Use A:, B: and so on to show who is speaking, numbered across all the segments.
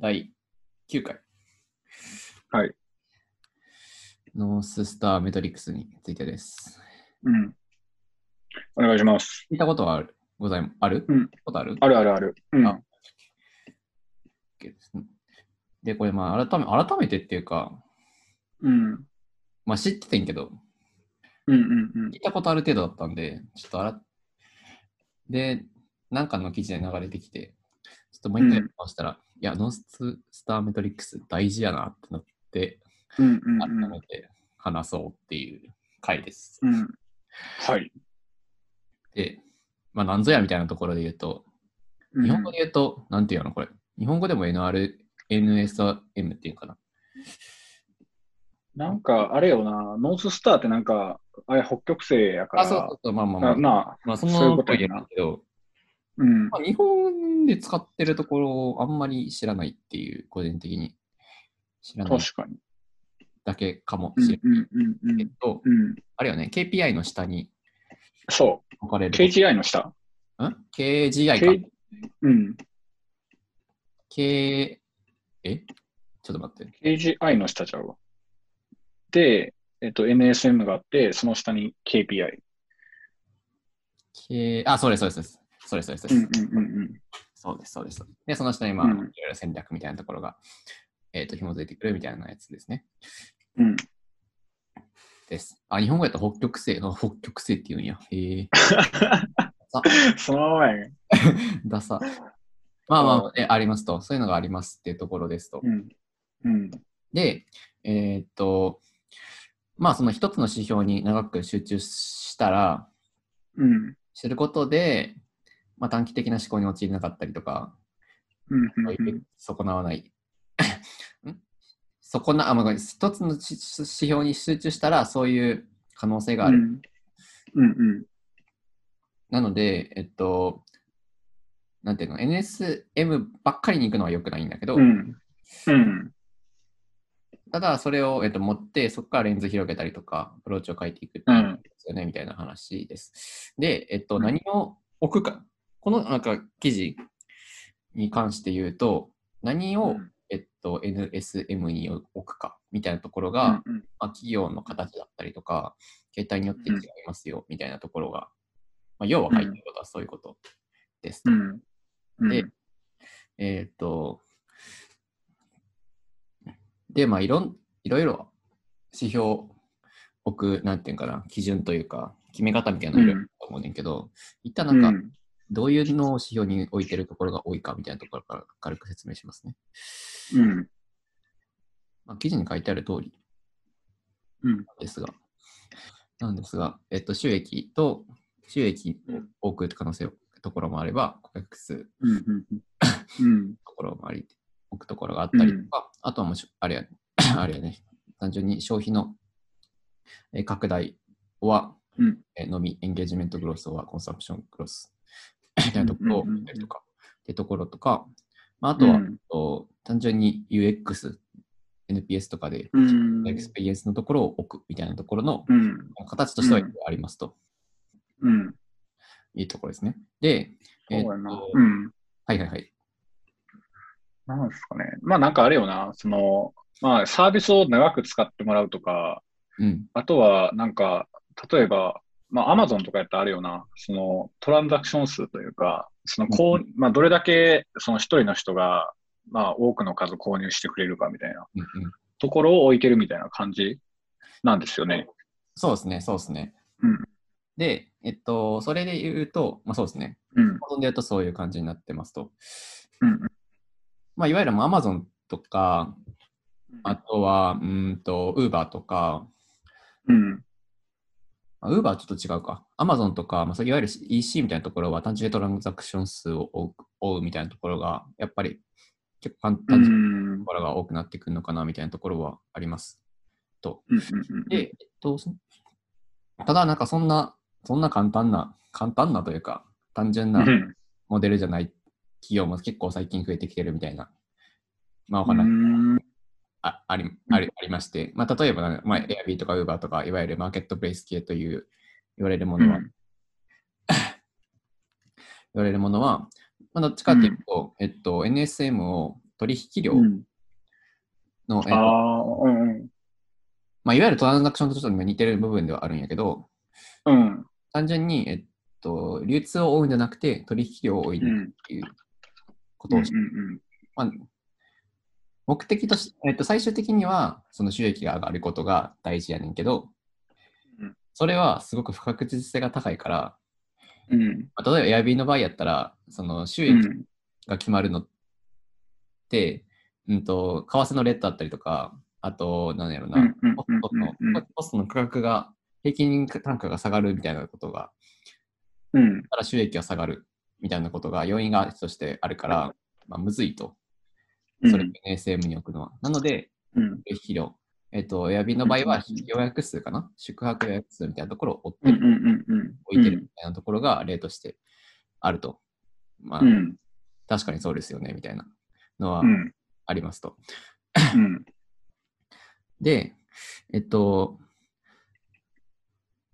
A: 第9回。
B: はい。
A: ノーススターメトリックスについてです。
B: うん。お願いします。
A: 聞いたことはあるございまある、
B: うん
A: 聞いたことある
B: あるあるある。うん。
A: あ OK ですねで、これ、まあ、改め、改めてっていうか、
B: うん。
A: まあ、知っててんけど、
B: うんうんうん
A: 聞。いたことある程度だったんで、ちょっとあら、で、なんかの記事で流れてきて、ちょっともう一回
B: うん
A: 直したら、いや、ノーススターメトリックス大事やなってなって、
B: うんうん
A: 改
B: うん
A: めて話そうっていう回です。
B: うん。はい。
A: で、まあ、なんぞやみたいなところで言うと、日本語
B: で。
A: で言うと、なんていうのこれ。日本語でも NR、NSM っていうかな。
B: なんか、あれよな、ノーススターってなんか、あれ北極星やから。
A: あ、そうそうそう、まあまあま
B: あ
A: あ。
B: なあ、
A: まあ、そ
B: そういう
A: の
B: こ
A: ことと
B: や
A: 言え
B: な
A: るけど、
B: うん。
A: まあ、日本で使ってるところをあんまり知らないっていう、個人的に知らない
B: 確かに。
A: だけかも
B: う
A: しれ
B: んうんうん
A: な
B: う
A: い
B: ん
A: け。ど、
B: うん。
A: あれよね、KPI の下に
B: そ
A: 置かれ
B: う。
A: る。
B: KGI の下。
A: ん ?KGI か
B: K。うん。
A: K、えちょっと待って。
B: KGI の下ちゃうわ。で、えっと、NSM があって、その下に KPI。
A: K、あ、そうです、そうです。そうです、そうです。そう
B: う
A: です
B: んうんうん
A: そうです、そうです。で、その下に、まあ、
B: うん
A: いろいろ戦略みたいなところが、えっ、と、紐づいてくるみたいなやつですね。
B: うん。うん。
A: です。あ、日本語やったら北極星、 あ北極星って言うんや。へ え。さ
B: そのままやね。
A: ダサ。まあまあ、えありますと。そういうのがありますっていうところですと
B: う。ん。うん。
A: で、えーっと、まあ、その一つの指標に長く集中したら、
B: うん。
A: することで、まあ、短期的な思考に陥れなかったりとか、
B: うんうんうん
A: 損なわない。 ん損な、あ、まあ、ごめん一つの指指標に集中したら、そういう可能性がある。
B: うんうん
A: なので、えっと、なんていうの、NSM ばっかりに行くのは良くないんだけど、
B: うん。うん。うん。
A: ただ、それを、えっと、持って、そこからレンズ広げたりとか、アプローチを変えていくって
B: う
A: いうん
B: ん。
A: ですよね、みたいな話です。で、えっと、
B: うん
A: 何を置くか、このなんか記事に関して言うと、何を、えっと、NSM に置くかみたいなところが、
B: うん
A: まあ、企業の形だったりとか、携帯によって違いますよみたいなところが、まあ、要は書いてることはそういうことですと。
B: うんうん
A: でえーっと、で、まあ、いろんいろいろ指標を置く、なんていうんかな、基準というか、決め方みたいなのいろいろあると思うねんけど、一旦なん
B: う
A: か、
B: ん
A: どういうのを指標に置いてるところが多いかみたいなところから軽く説明しますね。
B: うん
A: まあ、記事に書いてある通り
B: うん
A: ですが、なんですが、えっと、収益と、収益
B: うん
A: を多く可能性を、ところもあれば、顧客数
B: うんうんうん
A: ところもあり、置くところがあったりとか、あとはもうしあれや、あれやね、 単純に消費のえー拡大は、
B: うん
A: えーのみ、エンゲージメントグロスはコンサンプショングロスみたいなところを
B: うんうんうんうん
A: 見たりとか、ってところとか、まあ、あとは、
B: うん
A: と単純に UX、NPS とかで、
B: うん
A: エクスペリエンスのところを置くみたいなところの
B: うん
A: 形としては
B: うん
A: ありますと
B: うん
A: いうところですね。で、
B: そう
A: え
B: や
A: ーっ
B: な
A: と
B: うん
A: はいはいはい。
B: なんですかねまあなんかあれよなそのまあサービスを長く使ってもらうとか
A: うん。
B: あとはなんか例えばまあアマゾンとかやったらあれよなそのトランザクション数というかそのこうまあどれだけその一人の人がまあ多くの数購入してくれるかみたいな
A: うんうん、
B: ところを置いてるみたいな感じなんですよね。
A: そうですね、そうですね。
B: うん
A: で、えっと、それで言うと、まあそうですね。
B: うん。
A: Amazon で言うとそういう感じになってますと。
B: うん。
A: まあ、いわゆるもう Amazon とか、あとは、うーんと、Uber とか、
B: うん。
A: まあ Uber はちょっと違うか。Amazon とか、まあ、そういわゆる EC みたいなところは単純にトランザクション数を追う追うみたいなところが、やっぱり結構簡
B: う
A: 単に
B: ん
A: と。ころが多くなってくるのかなみたいなところはあります。
B: うんうん
A: で、えっと、そただなんかそんな、そんな簡単な、簡単なというか、単純
B: う
A: なんモデルじゃない企業も結構最近増えてきてるみたいな、まあ、お
B: う
A: 話、
B: ん
A: あありありありまして、まあ、例えばな、まあ、Airb とか Uber とか、いわゆるマーケットプレイス系という言われるものは、
B: うん
A: 言われるものは、まあ、どっちかっていうと、えっと、NSM を取引量
B: うん、
A: の、えっ
B: あ
A: と
B: あ、うんうん。
A: まあ、いわゆるトランザクションとちょっと似てる部分ではあるんやけど、
B: うん、
A: 単純に、えっと、流通を追うんじゃなくて、取引量を追い
B: うん、う
A: っ
B: ん
A: ていうこ、と
B: う
A: を
B: ん
A: し、まあ、目的とし、えっと、最終的には、その収益が上がることが大事やねんけど
B: うん、
A: それはすごく不確実性が高いから、
B: うん、うん、
A: まあ例えば Airb の場合やったら、その収
B: う
A: 益
B: ん、
A: が決まるのって、うんと、為替のレッドだったりとか、あと、なんや
B: う
A: ろ
B: ん
A: な、、
B: うん
A: ポストの
B: うん、
A: ポストの価格が、平均単価が下がるみたいなことが、
B: うん、
A: だから収益が下がるみたいなことが、要因がとしてあるから、まあ、むずいと、
B: うん、
A: それを NSM に置くのは。なので、
B: うん、
A: 取引量。えっと、Airb の場合は
B: うんうんうん、
A: 予約数かな宿泊予約数みたいなところを
B: う
A: 追
B: ん、
A: っ
B: うん、
A: て
B: うん、うん、
A: 置いてるみたいなところが例としてあると。まあ
B: う、ん、
A: 確かにそうですよね、みたいなのは
B: うん、
A: ありますと。
B: うん、
A: で、えっと、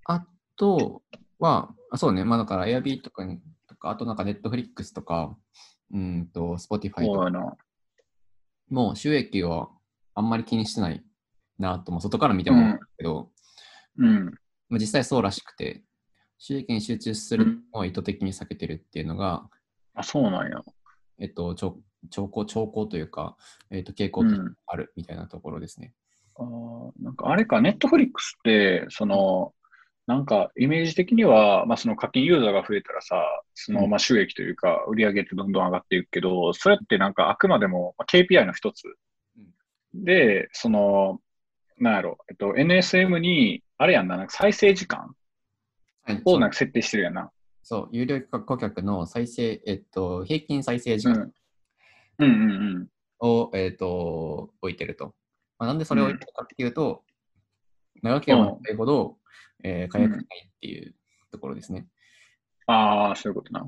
A: あとは、あそうね、まあだから Airb とかにとか、あとなんか Netflix とか、うんと Spotify と
B: そう
A: か
B: やな。
A: もう収益をあんまり気にしてないなと、まあ、外から見ても思うんだけど、
B: うん、
A: まあ実際そうらしくて、収益に集中するのを意図的に避けてるっていうのが、
B: あ、そうなんや。
A: えっと、兆兆候、兆候というか、えっと、傾向
B: う
A: として
B: ん。
A: あるみたいなところですね。
B: あーなんかあれか、ネットフリックスって、その、なんかイメージ的には、まあ、その課金ユーザーが増えたらさ、そうの
A: ん
B: まあ収益というか、売り上げってどんどん上がっていくけど、それってなんかあくまでもまあ KPI の一つ
A: うん。
B: で、その、なんやろ、えっと、NSM に、あれやんな、なんか再生時間
A: はい、
B: を
A: そ
B: なん
A: う
B: か設定してるやんな。
A: そう有料顧客の再生、えっと、平均再生時
B: うん。
A: 間
B: うんうんうん。
A: を、えっと、置いてると。まあ、なんでそれを置いてるかっていうと、長ければ長いほど、えー、解約しないっていうところですね。
B: ああ、そういうことな。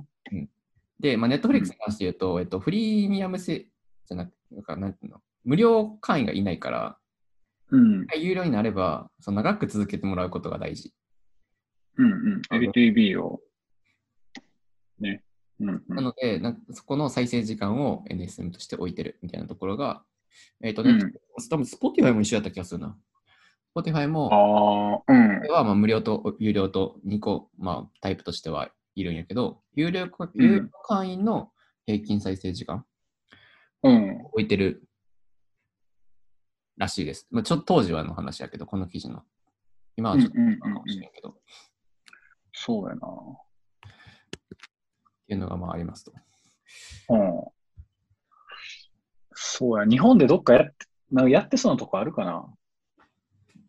A: で、まあ、Netflix に関して言うと、えっと、フリーミアム制じゃなくなんかなんていうの、無料会員がいないから、
B: うん。
A: 有料になれば、その長く続けてもらうことが大事。
B: うんうん。LTV を。ね。うんう。
A: なんので、なんかそこの再生時間を NSM として置いてるみたいなところが、えっ、と
B: う
A: ね、
B: ん。
A: 多分 Spotify も一緒だった気がするな。Spotify も、
B: ああ、うん
A: こ。れはまあ無料と有料と2個、まあ、タイプとしてはいるんやけど、有料か
B: うん
A: 有料会員の平均再生時間
B: うん。
A: 置いてるらしいです。まあ、ちょっと当時はの話やけど、この記事の。今はちょっと
B: うんうんうん
A: かもしれんけど、っ
B: そうやな。
A: ていうのがまあありますと。
B: うん。そうや。日本でどっかやって、なんかやってそうなとこあるかな。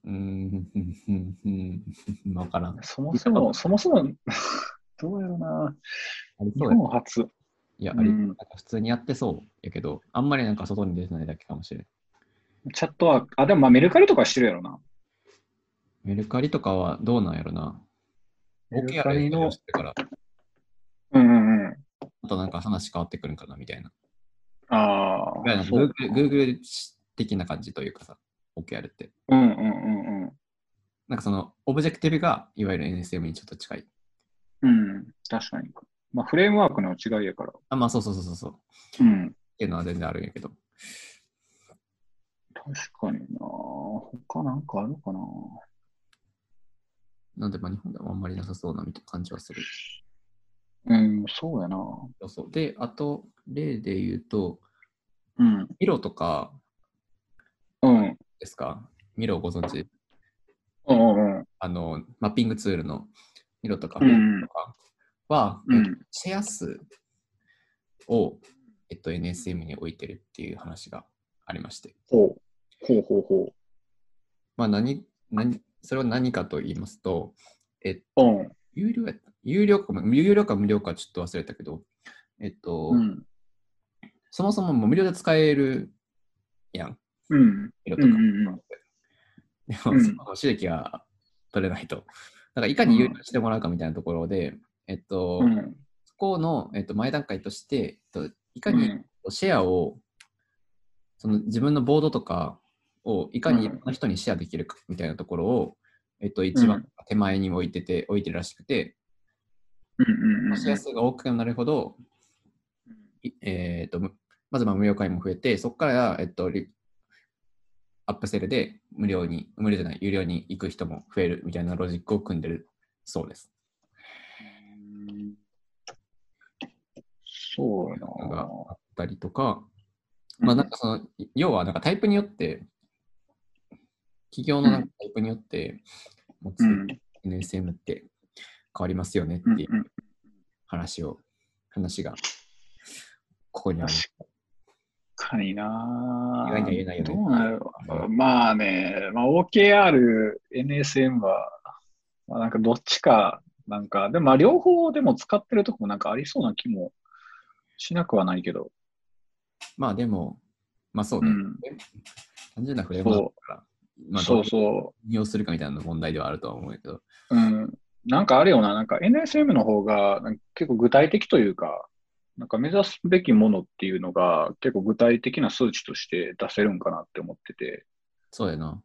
A: うーん、ふんふんふんふんわからん。あ
B: そもそも、そもそ も、どうやろな。
A: り
B: 日
A: そうや
B: 本初。
A: いや、
B: う
A: あり、
B: ん
A: なんか普通にやってそうやけど、あんまりなんか外に出てないだけかもしれん。
B: チャットは、あ、でもまあメルカリとかしてるやろな。
A: メルカリとかはどうなんやろな。
B: メルカ
A: 大
B: リ
A: きいや
B: の
A: ろやってから、
B: うんうんうん。
A: あとなんか話変わってくるんかなみたいな。
B: あ
A: いやな
B: あ、
A: んか
B: そう。
A: Google, Google 的な感じというかさ、OKR って。
B: うんうんうんうん。
A: なんかその、オブジェクティブがいわゆる NSM にちょっと近い。
B: うん、確かに。まあフレームワークの違いやから。
A: あ、まあそうそうそうそうそう。
B: う
A: っ
B: ん。
A: ていうのは全然あるんやけど。
B: 確かにな。他なんかあるかな。
A: なんで、まあ日本ではあんまりなさそうなみたいな感じはする。
B: うん、そうやな。
A: そうそうで、あと、例で言うと、
B: うん。
A: ミロとか
B: うん。
A: ですかミロご存知
B: うんうんうん。
A: あの、マッピングツールのミロとか
B: う
A: フ
B: ん
A: ェ
B: う
A: イ
B: ん
A: スとかは、
B: うん。
A: シェア数を、えっと、NSM に置いてるっていう話がありまして。
B: ほう。ほうほうほう。
A: まあ何、何、それは何かと言いますと、えっと、
B: うん。
A: 有料やった、有料かも、有料か無料かちょっと忘れたけど、えっと、
B: うん。
A: そもそももう無料で使えるやん、
B: うん。
A: 色とか。
B: うんうんうん
A: で
B: う
A: も、
B: ん
A: その収益が取れないと。だから、いかに有料にしてもらうかみたいなところで、えっと、
B: うん。
A: そこの、えっと、前段階として、えっと、いうかに
B: ん。
A: シェアを、その自分のボードとかをいかにいろんな人にシェアできるかみたいなところを、えっと、一番手前に置いてて、置いてるらしくて、
B: うんうんうん
A: シェア数が多くなるほど、いえっと、むまずまあ無料会員も増えて、そこから、えっと、リアップセルで無料に、無料じゃない、有料に行く人も増えるみたいなロジックを組んでるそうです。
B: そうや
A: のが
B: な。
A: あったりとか、まあなんかその、要はなんかタイプによって、企業のなんかタイプによって、持つ
B: うん
A: NSM って変わりますよね
B: うん
A: っていう
B: うん
A: 話を、話が、ここにある。
B: 確かにな
A: 意外には言えないよね
B: どうなるまあね、まあ、OKR、NSM は、まあ、なんかどっちか、なんか、でもまあ両方でも使ってるとこもなんかありそうな気もしなくはないけど。
A: まあでも、まあそう
B: う
A: ね、
B: ん。
A: 単純なフレームだから、まあど
B: そううそ
A: 運用するかみたいな問題ではあるとは思うけど、
B: う。うん。なんかあれよな、なんか NSM の方がなんか結構具体的というか、なんか目指すべきものっていうのが結構具体的な数値として出せるんかなって思ってて。
A: そうやな。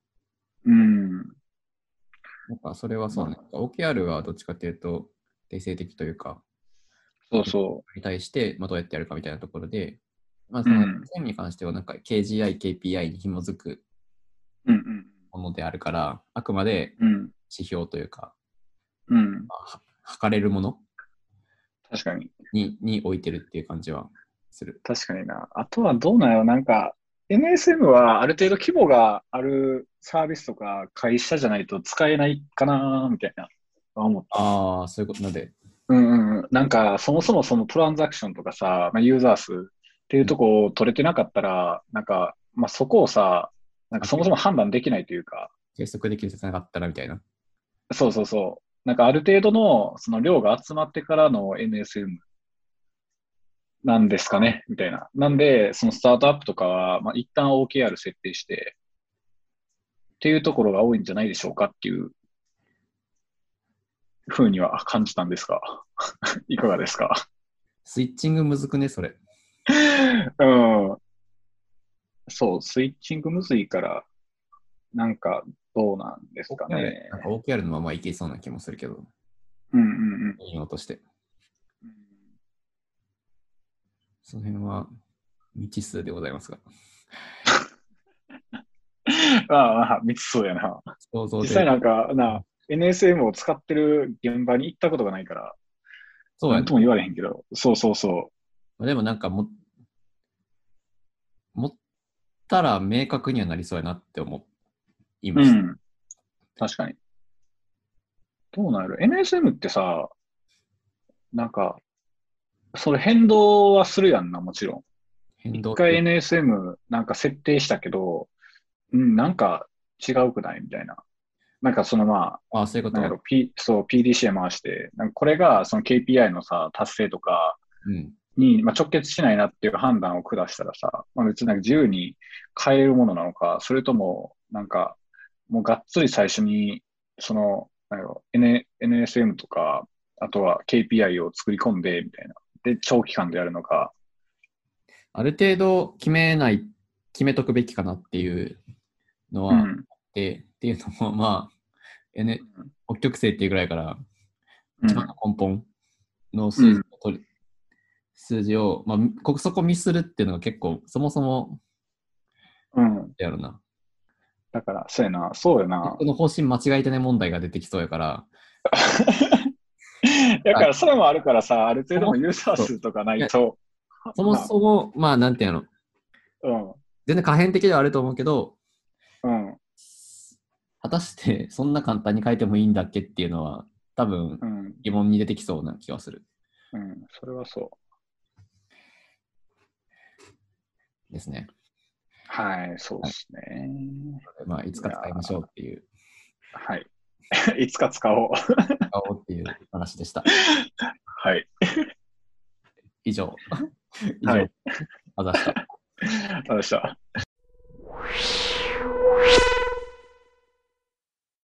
B: うん。
A: なんかそれはそうね。OKR はどっちかっていうと、定性的というか、
B: そうそ
A: に対して、まあ、どうやってやるかみたいなところで、まあ、その
B: うん
A: 線に関してはなんか KGI、KPI に紐づく
B: う。うん
A: ものであるから、あくまで
B: うん。うん。
A: 指標というか、
B: うん。
A: まあは測れるもの
B: 確かに。
A: にに置いてるっていう感じはする。
B: 確かにな。あとはどうなんやろなんか、NSM はある程度規模があるサービスとか会社じゃないと使えないかなみたいな。思った
A: ああ、そういうことなんで、
B: うんうんうん。なんか、そもそもそのトランザクションとかさ、まあ、ユーザー数っていうとこを取れてなかったら、なんか、まあ、そこをさ、なんかそもそも判断できないというか、
A: 計測できるじゃなかったらみたいな。
B: そうそうそう。なんかある程度のその量が集まってからの NSM なんですかねみたいな。なんで、そのスタートアップとかは、まあ、一旦 OKR 設定して、っていうところが多いんじゃないでしょうかっていうふうには感じたんですが、 いかがですか
A: スイッチングむずくね、それ。
B: うん。そう、スイッチングむずいから、なんかどうなんですかね。
A: なんか OKR のままいけそうな気もするけど、
B: うんうん
A: 運用として。
B: うん。
A: その辺は未知数でございますが、
B: ああまあ、三つそうやな。
A: 想像
B: 実
A: で。
B: 際なんか、な、NSM を使ってる現場に行ったことがないから、
A: そうや
B: なん
A: ね
B: とも言われへんけど、そうそうそ。
A: まあ、でもなんかも、持ったら明確にはなりそうやなって思いうま
B: う
A: した。
B: ん。確かに。どうなる ?NSM ってさ、なんか、それ変動はするやんな、もちろん。
A: 変動
B: 一
A: って
B: 回 NSM なんか設定したけど、うん、なんか違うくないみたいな。なんかそのまあ、
A: あそういうこ
B: なんや
A: と
B: ろ、P、そう、PDCA 回して、なんかこれがその KPI のさ、達成とか、
A: うん。
B: に、まあ、直結しないなっていう判断を下したらさ、まあ、別になんか自由に変えるものなのか、それとも、なんか、もうがっつり最初に、その、なんやろ、N、NSM とか、あとは KPI を作り込んで、みたいな。で、長期間でやるのか。
A: ある程度決めない、決めとくべきかなっていうの
B: う
A: はあっ
B: ん。
A: て、っていうのも、まあ、N、北極星っていうぐらいから、
B: うん
A: 一番の根本の数字を取り、数字を、まあ、こそこミスるっていうのが結構、そもそも、
B: うん。
A: やろな。
B: だから、そうやな、そうや な
A: こ。の方針間違えてね問題が出てきそうやから、
B: だから、それもあるからさ、ある程度のユーザー数とかないと。
A: そもそも、まあ、なんていうの、
B: も。
A: 全然可変的ではあると思うけど、
B: うん。うん。
A: 果たしてそんな簡単に書いてもいいんだっけっていうのは、多分
B: うん。
A: 疑問に出てきそうな気がする
B: うん。それはそう。
A: ですね。
B: はい、そうですね。
A: まあ、いつか使いましょうっていう、
B: はい。 いつか使おう。
A: 使おうっていう話でした。
B: はい。
A: 以上。以上、
B: はい
A: あざした。
B: ありがとうございました。